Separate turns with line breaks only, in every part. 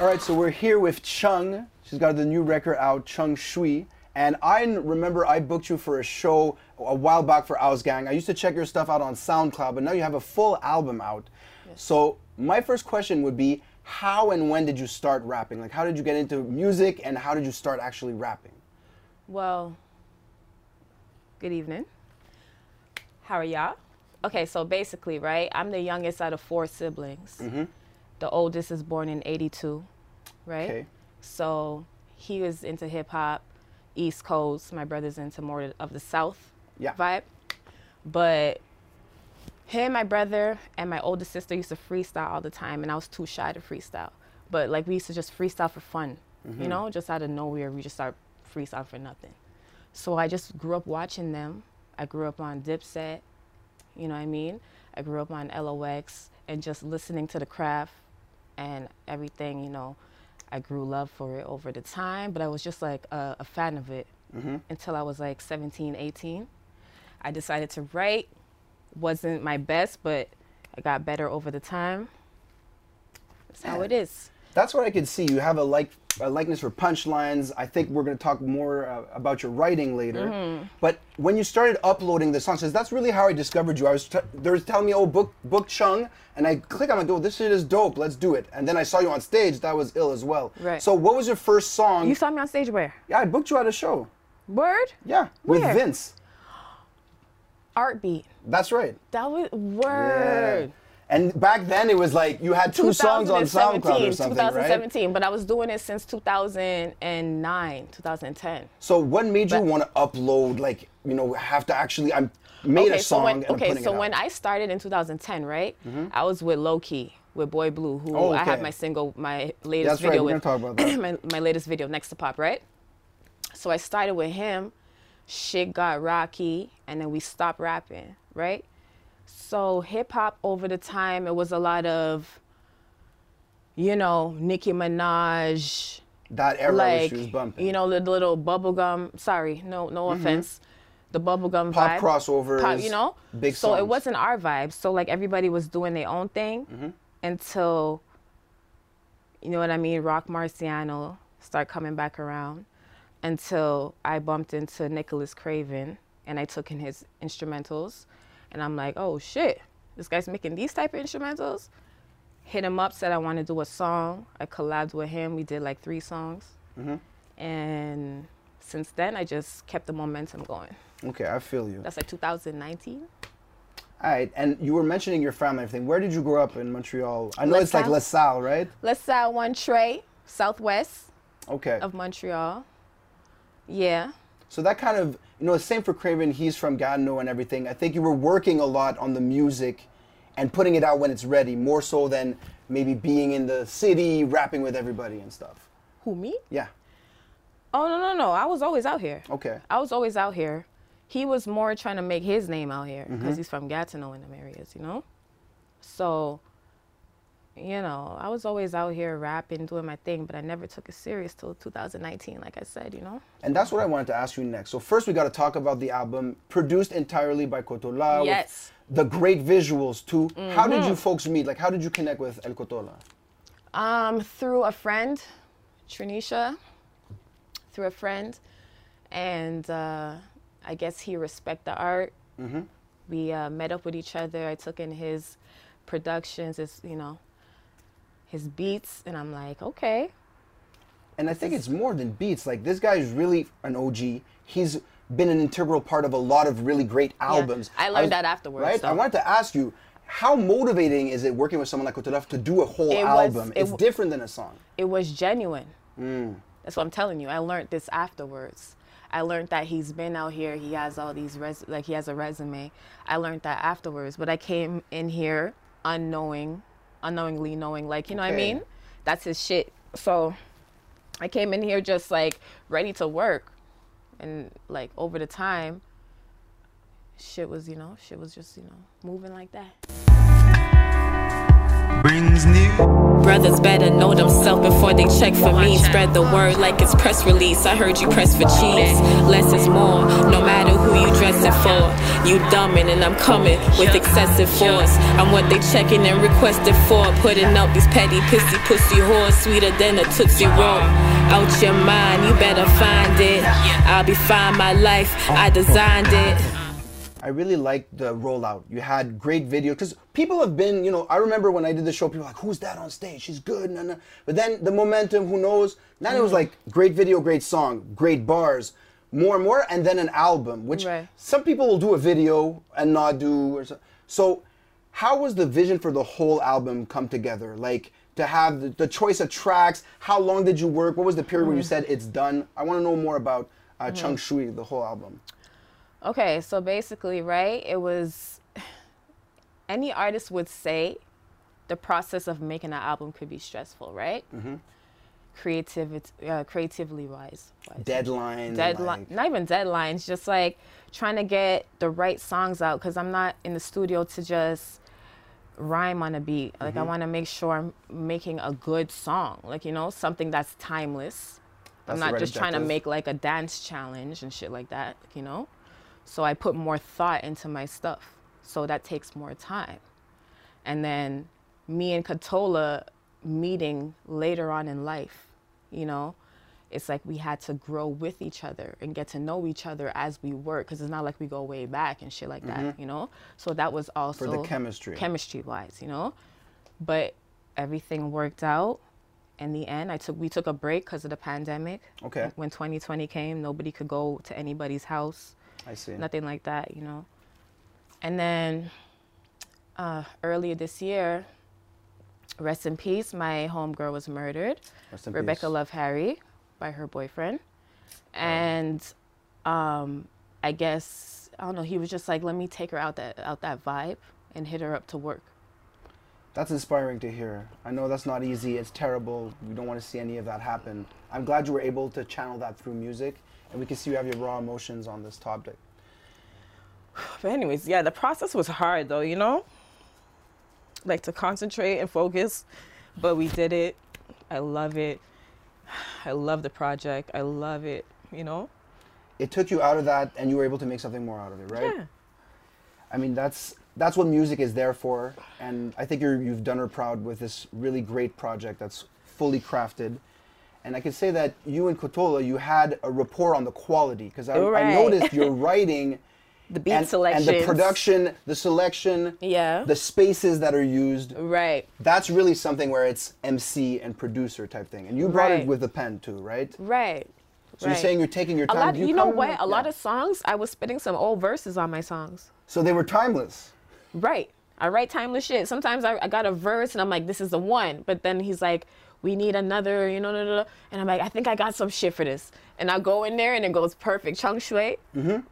All right, so we're here with Chung. She's got the new record out, Chung Shui. And I n- remember I booked you for a show a while back for Ausgang. I used to check your stuff out on SoundCloud, but now you have a full album out. So my first question would be, how and when did you start rapping? Like, how did you get into music, and how did you start actually rapping?
Well, good evening. How are y'all? Okay, so basically, right, I'm the youngest out of four siblings. The oldest is born in 82, right?
Okay.
So he was into hip hop, East Coast. My brother's into more of the South
Yeah.
vibe. But him, my brother, and my older sister used to freestyle all the time, and I was too shy to freestyle. But like we used to just freestyle for fun, you know, just out of nowhere, we just start freestyle for nothing. So I just grew up watching them. I grew up on Dipset, you know what I mean? I grew up on LOX and just listening to the craft and everything, you know. I grew love for it over the time, but I was just like a, a fan of it until I was like 17, 18. I decided to write. Wasn't my best, but I got better over the time. That's how it is.
That's what I could see. You have a like a likeness for punchlines. I think we're going to talk more uh, about your writing later.
Mm-hmm.
But when you started uploading the songs, 'cause that's really how I discovered you. I was t- they was telling me, "Oh, book book Chung," and I click. I'm like, "Oh, this shit is dope. Let's do it." And then I saw you on stage. That was ill as well.
Right.
So, what was your first song?
You saw me on stage where?
yeah, I booked you at a show.
Word?
Yeah, with
Where?
Vince.
Art beat.
That's right.
That was
Yeah.
word.
And back then it was like you had two songs on SoundCloud or
2017,
something, right?
2017, but I was doing it since 2009, 2010.
So what made you
But-
want to upload? Like you know, have to actually I made a song
So when,
and I'm
okay,
putting
so
it out. Mm-hmm.
when I started in 2010, right? I was with Low Key, with Boy Blue, who
Oh,
I
okay.
have my single, my latest
That's right,
video
we're
with.
gonna talk about that.
my, my latest video, Next to Pop, right? So I started with him. Shit got rocky, and then we stopped rapping, right? So hip hop over the time, it was a lot of, you know, Nicki Minaj,
that era when
like
she was bumping. Mm-hmm.
you know the little bubblegum sorry no no offense the bubblegum
Pop
vibe
crossovers,
you know
big
so it
songs.
wasn't our vibe so like everybody was doing their own thing
Mm-hmm.
until you know what i mean rock marciano start coming back around until i bumped into nicholas craven and i took in his instrumentals and i'm like oh shit this guy's making these type of instrumentals hit him up, said I want to do a song. I collabed with him. We did like three songs.
Mm-hmm.
And since then, I just kept the momentum going.
okay, I feel you.
That's like 2019.
All right, and you were mentioning your family and everything. Where did you grow up in Montreal? I know it's like
LaSalle.
LaSalle, right?
Let's add one Trey, southwest
Okay.
of Montreal. Yeah.
So that kind of, you know, same for Craven. He's from Gatineau and everything. I think you were working a lot on the music and putting it out when it's ready, more so than maybe being in the city, rapping with everybody and stuff.
Who, me?
Yeah.
Oh, no, no, no. I was always out here.
Okay.
I was always out here. He was more trying to make his name out here because he's from Gatineau and them areas, you know? So, you know, I was always out here rapping, doing my thing, but I never took it serious till 2019, like I said, you know?
And that's what I wanted to ask you next. So first, we got to talk about the album, produced entirely by Kotola. with
Yes. Mm-hmm.
The great visuals too. How did you folks meet? Like, how did you connect with El Kotola?
Um, through a friend, Trinisha, through a friend, and uh, I guess he respect the art. We uh, met up with each other. I took in his productions, his you know, his beats, and I'm like, okay,
And I think it's more than beats. Like this guy is really an OG. He's been an integral part of a lot of really great albums.
I learned that afterwards,
Right. I
though.
wanted to ask you, how motivating is it working with someone like Kotolaf to do a whole
It was-
album?
it
it's
w-
different than a song.
it was genuine. That's what I'm telling you. I learned this afterwards. I learned that he's been out here. He has all these res- like he has a resume. I learned that afterwards. But I came in here unknowing, unknowingly knowing, like you know what I
Okay.
mean. That's his shit. So I came in here just like ready to work, and like over the time, shit was you know shit was just you know moving like that.
brings new
Brothers better know themselves before they check for me. Spread the word like it's press release. I heard you press for cheese. Less is more, no matter who who you dressing for. You dumbing and I'm coming with excessive force. I'm what they checking and requested for. Putting out these petty, pissy, pussy whores, sweeter than a Tootsie Roll. Out your mind, you better find it. I'll be fine, my life, I designed it.
I really liked the rollout. You had great video because people have been, you know, I remember when I did the show, people were like, "Who's that on stage? She's good." Nah, nah. But then the momentum, who knows? Then it was like great video, great song, great bars, more and more, and then an album, which
Right.
some people will do a video and not do. Or so. so, how was the vision for the whole album come together? Like to have the, the choice of tracks. How long did you work? What was the period when you said it's done? I want to know more about uh, Chung Shui, the whole album.
Okay, so basically, right, it was any artist would say the process of making an album could be stressful, right? Mm-hmm. Creativity, uh, creatively wise. wise.
Deadline.
Deadline,
like-
not even deadlines, just like trying to get the right songs out because I'm not in the studio to just rhyme on a beat. Like, I want to make sure I'm making a good song, like, you know, something that's timeless.
That's
I'm
the
not
right
just trying to
objective.
make like a dance challenge and shit like that, you know? So I put more thought into my stuff. So that takes more time. And then me and Katola meeting later on in life, you know? It's like we had to grow with each other and get to know each other as we work because it's not like we go way back and shit like that, you know? So that was also
Mm-hmm. chemistry.
Chemistry wise, you know? But everything worked out in the end. I took we took a break because of the pandemic.
Okay.
When 2020 came, nobody could go to anybody's house,
I see.
nothing like that, you know. And then uh, earlier this year, rest in peace, my homegirl was murdered,
Rest in
Rebecca
peace.
Love Harry, by her boyfriend. And um, I guess I don't know. He was just like, let me take her out that out that vibe and hit her up to work.
That's inspiring to hear. I know that's not easy. It's terrible. We don't want to see any of that happen. I'm glad you were able to channel that through music, and we can see you have your raw emotions on this topic.
But anyways, yeah, the process was hard though, you know? Like to concentrate and focus, but we did it. I love it. I love the project. I love it, you know?
It took you out of that, and you were able to make something more out of it, right?
Yeah.
I mean, that's that's what music is there for, and I think you're, you've done her proud with this really great project that's fully crafted. And I can say that you and Kotola, you had a rapport on the quality because I, I
Right.
noticed your writing,
The beat
and, and
selection.
the production, the selection,
Yeah.
the spaces that are used.
Right.
That's really something where it's MC and producer type thing. And you brought it
Right.
with a pen too, right?
Right.
So you're saying you're taking your
a
time.
lot.
Do
You, know
come-
what? A lot
yeah.
of songs I was spitting some old verses on my songs.
So they were timeless.
Right. I write timeless shit. Sometimes I, I got a verse and I'm like, this is the one. But then he's like, we need another, you know, da, da, da. and I'm like, I think I got some shit for this. And I go in there and it goes perfect. Chung Shui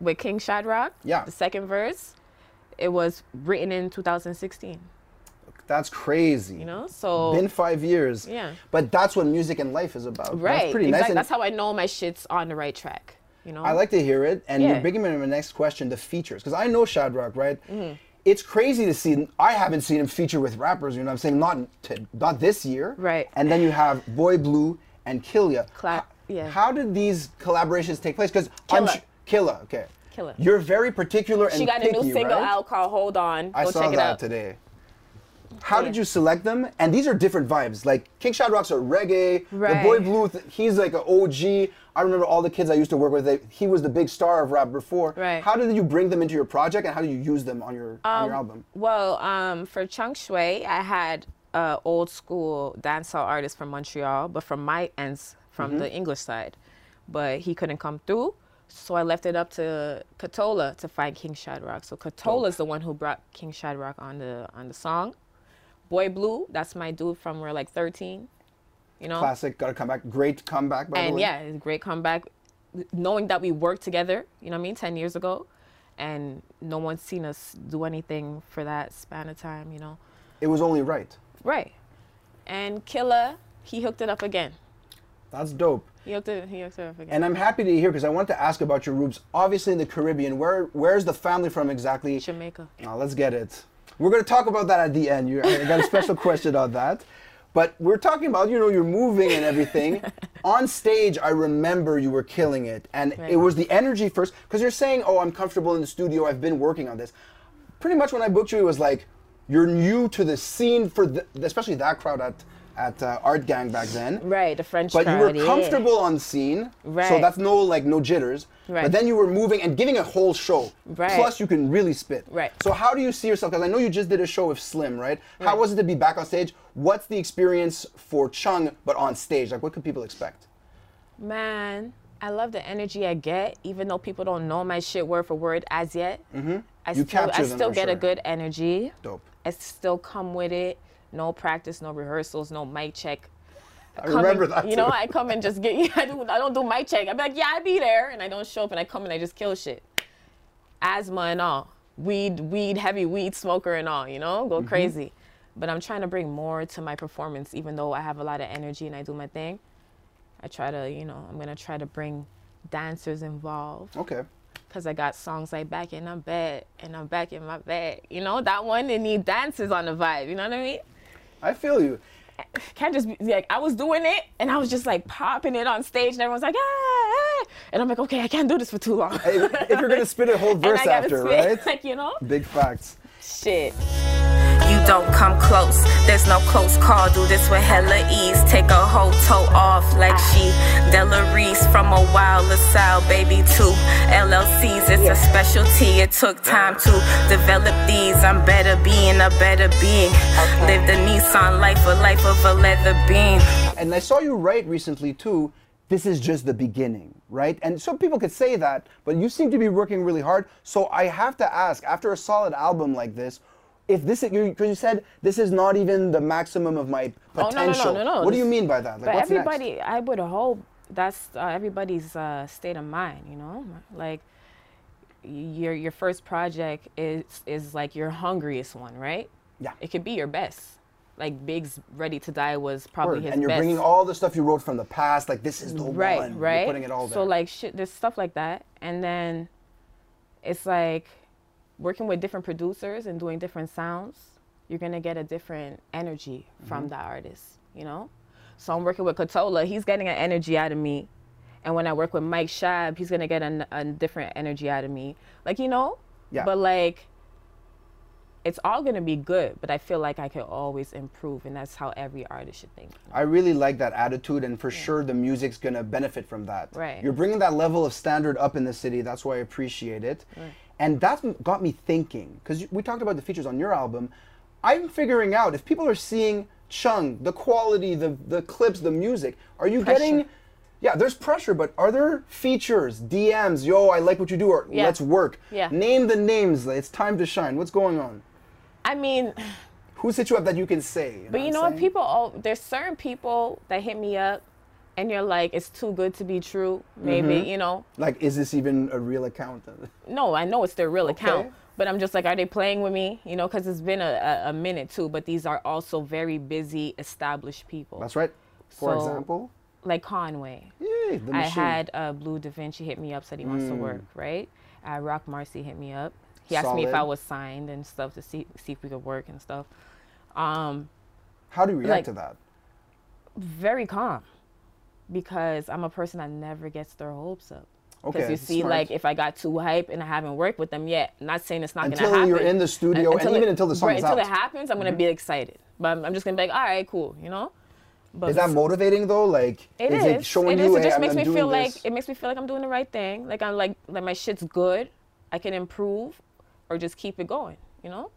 with King Shadrach.
Mm-hmm. Yeah.
The second verse, it was written in 2016.
That's crazy. You
know, so-
been five years.
Yeah.
But that's what music and life is about.
Right.
That's pretty
exactly.
nice. And
That's how I know my shit's on the right track. You know.
I like to hear it. And you're
Yeah.
bringing me to my next question, the features. Because I know Shadrach, right?
Mm-hmm.
It's crazy to see. I haven't seen him feature with rappers. You know what I'm saying? Not to, not this year.
Right.
And then you have Boy Blue and Killia.
Cla-
H-
yeah.
How did these collaborations take place? Because I'm
Killa.
sh- Killa. Okay.
Killa.
You're very particular and
She got
picky,
a new single
right?
out called Hold On.
I
Go
saw
check it
that
out.
today. How did
Yeah.
you select them? And these are different vibes. Like King Shadrach's a reggae. The
Right.
Boy Blue, th- he's like an OG. I remember all the kids I used to work with. They, he was the big star of rap before.
Right.
How did you bring them into your project, and how do you use them on your on your album?
Well, um, for Chung Shui, I had an old school dancehall artist from Montreal, but from my ends, from the English side. But he couldn't come through, so I left it up to Katola to find King Shadrach. So Katola's the one who brought King Shadrach on the on the song. Boy Blue, that's my dude from we're like 13, you know.
Classic, gotta come back. Great comeback, by the
And
way.
yeah, it's a great comeback. Knowing that we worked together, you know what I mean, 10 years ago, and no one's seen us do anything for that span of time, you know?
It was only right.
Right. And Killa, he hooked it up again.
That's dope.
He hooked it, he hooked it up again.
And I'm happy to hear because I wanted to ask about your roots. Obviously in the Caribbean. Where where's the family from exactly?
Jamaica.
Now let's get it. We're going to talk about that at the end. You I got a special question on that. But we're talking about, you know, you're moving and everything. On stage, I remember you were killing it. And it was the energy first, because you're saying, oh, I'm comfortable in the studio, I've been working on this. Pretty much when I booked you, it was like, you're new to the scene for, the, especially that crowd at, at uh, Art Gang back then.
Right, the French
But
crowd.
you
yeah.
were comfortable on scene, so
Right.
that's no like no jitters. But
Right.
then you were moving and giving a whole show.
Right.
Plus, you can really spit.
Right.
So how do you see yourself? Because I know you just did a show with Slim, right? How was it to be back on stage? What's the experience for Chung, but on stage? Like, what could people expect?
Man, I love the energy I get, even though people don't know my shit word for word as yet. Mm-hmm. I
You
still,
capture
I
them,
still
I'm
get a
sure.
good energy.
Dope.
I still come with it. No practice, no rehearsals, no mic check.
I
come
remember
and-
that.
You know,
too.
I come and just get. Yeah, I, do, I don't do mic check. I'm like, yeah, I be there, and I don't show up, and I come and I just kill shit. Asthma and all, weed, weed, heavy weed smoker and all. You know,
Mm-hmm.
go crazy. But I'm trying to bring more to my performance, even though I have a lot of energy and I do my thing. I try to, you know, I'm gonna try to bring dancers involved
Okay.
because I got songs like Back in My Bed and I'm Back in My Bed. You know, that one, it need dancers on the vibe. You know what I mean?
I feel you.
Can't just be like, I was doing it and I was just like popping it on stage and everyone's like, ah, ah." and I'm like, okay, I can't do this for too long.
Hey, if you're gonna spit a whole
and
verse
I gotta
after,
spit,
right?
Like, you know?
Big facts.
Shit.
You don't come close, there's no close call. Do this with hella ease. Take a whole toe off like she Della Reese from a wild LaSalle, baby, too. LLCs, it's a specialty. It took time to develop these. I'm better being a better being. Live the Nissan life, a life of a leather being.
And I saw you write recently too. This is just the beginning, right? And so people could say that, but you seem to be working really hard. So I have to ask, after a solid album like this, if this is because you said this is not even the maximum of my
Oh, no, no, no,
potential.
no, no.
What do
This-
you mean by that? Like,
But
what's next?
everybody, I would hope that's uh, everybody's uh, state of mind, you know? Like, your your first project is is like your hungriest one, right?
Yeah.
It could be your best. Like Big's Ready to Die was probably
Word.
his
and you're
best.
bringing all the stuff you wrote from the past. Like this is the
right,
one.
right.
You're putting it all there.
So like shit, there's stuff like that, and then it's like working with different producers and doing different sounds. You're gonna get a different energy
Mm-hmm.
from that artist, you know. So I'm working with Katola. He's getting an energy out of me, and when I work with Mike Shab, he's gonna get an, a different energy out of me. Like you know.
Yeah.
But like. It's all gonna be good, but I feel like I could always improve, and that's how every artist should think.
I really like that attitude, and for sure the music's gonna benefit from that.
Right.
You're bringing that level of standard up in the city. That's why I appreciate it. And that got me thinking because we talked about the features on your album. I'm figuring out if people are seeing Chung, the quality, the the clips, the music. Are you getting? Yeah, there's pressure, but are there features, DMs? Yo, I like what you do, or
Yeah.
let's work.
Yeah.
Name the names. like, It's time to shine. What's going on?
I mean,
Who set you up that you can say?
But you know
I'm
what?
saying?
People, all, there's certain people that hit me up, and you're like, it's too good to be true. Maybe
Mm-hmm.
you know.
Like, is this even a real account?
No, I know it's their real account,
Okay.
but I'm just like, are they playing with me? You know, because it's been a, a, a minute too. But these are also very busy, established people.
That's right. For
So-
example,
Like Conway.
yay, the machine.
I had uh, Blue Da Vinci hit me up, said he wants to work, right? Uh, Rock Marcy hit me up. He asked me if I
Mm. Solid.
was signed and stuff to see see if we could work and stuff. Um,
How do you react
like-
to that?
very calm because I'm a person that never gets their hopes up. Because
Okay,
you see,
smart.
like, if I got too hype and I haven't worked with them yet, not saying it's not
Until
gonna happen.
you're in the studio and even until the song
right,
is
until
out. Mm-hmm.
it happens, I'm gonna be excited. But I'm, I'm just gonna be like, all right, cool, you know. But
Is that motivating though? Like,
it
is
is.
it showing
it
you?
is.
hey,
It just
I'm-
makes
I'm
me
doing
feel
this?
like it makes me feel like I'm doing the right thing. Like I'm like like my shit's good. I can improve, or just keep it going. You know,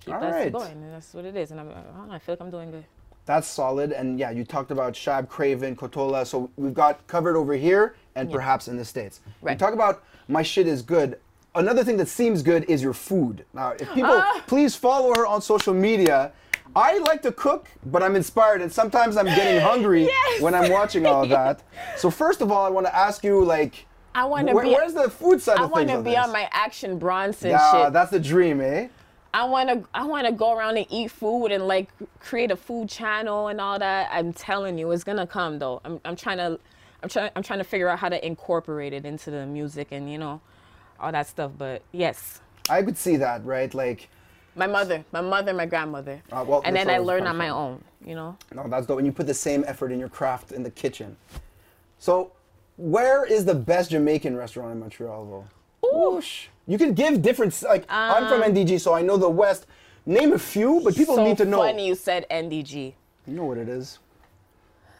keep
All
that
right.
shit going, and that's what it is. And I'm, I don't know. I feel like I'm doing good.
That's solid. And yeah, you talked about Shab, Craven, Kotola. So we've got covered over here and perhaps in the States. You
Right.
talk about my shit is good. Another thing that seems good is your food. Now, if people
Ah.
please follow her on social media. I like to cook, but I'm inspired and sometimes I'm getting hungry when I'm watching all that. So first of all, I want to ask you like
I wanna
where-
be-
where's the food side
I
of things
want to
on
be
this?
on my action Bronson
Yeah,
shit.
that's the dream, eh?
I want to I want to go around and eat food and like create a food channel and all that. I'm telling you, it's gonna come though. I'm I'm trying to I'm trying I'm trying to figure out how to incorporate it into the music and you know all that stuff. But yes,
I could see that, right? Like,
My mother, my mother, my grandmother.
Ah, well, that's
and then
where
I
I was
learned
coming
on my
from.
own, you know?
No, that's dope. And you put the same effort in your craft in the kitchen. So, where is the best Jamaican restaurant in Montreal, though? Whoosh. You can give different. s- Like, I'm from NDG, so I know the West. Name a few, but people
Um, so
need to know.
funny you said NDG.
You know what it is.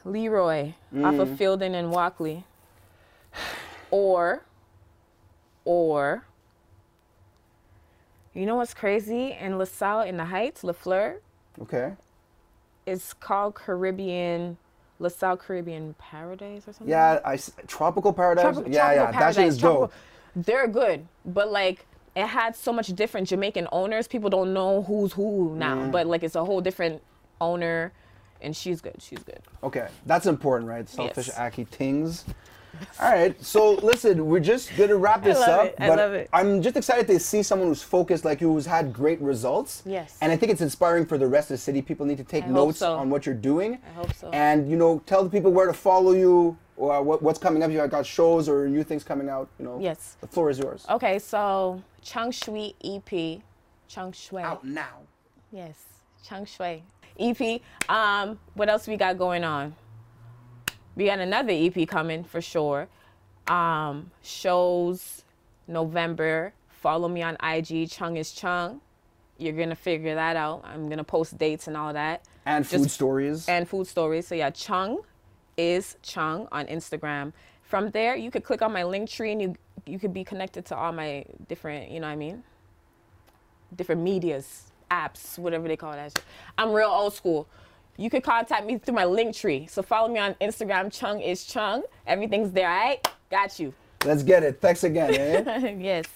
Leroy off
Mm.
of Fielding and Walkley. Or, or, you know what's crazy? In LaSalle, in the Heights, LaFleur,
Okay.
it's called Caribbean, LaSalle Caribbean Paradise or something.
Yeah, I s tropical paradise.
Tropical-
yeah,
Tropical
yeah, that shit
Paradise,
is
Tropical-
dope.
They're good, but like it had so much different Jamaican owners. People don't know who's who now,
Mm.
but like it's a whole different owner, and she's good. She's good.
Okay, that's important, right? Selfish
Yes.
Aki things. All right, so listen, we're just gonna wrap this
love
up.
it, I
but
love it.
I'm just excited to see someone who's focused like you, who's had great results.
Yes.
And I think it's inspiring for the rest of the city. People need to take
I hope
notes
so.
on what you're doing.
I hope so.
And you know, tell the people where to follow you or uh, what, what's coming up. You got shows or new things coming out. You know.
Yes.
The floor is yours.
Okay, so Chung Shui EP, Chung Shui.
Out now.
Yes, Chung Shui EP. Um, what else we got going on? We got another EP coming for sure. Um, shows November. Follow me on IG. Chung is Chung. You're gonna figure that out. I'm gonna post dates and all that.
And
Just-
food stories.
And food stories. So yeah, Chung is Chung on Instagram. From there, you could click on my link tree and you you could be connected to all my different, you know what I mean? Different medias, apps, whatever they call that shit. I'm real old school. You could contact me through my link tree. So follow me on Instagram, Chung is Chung. Everything's there, all right? Got you.
Let's get it. Thanks again. Eh?
yes.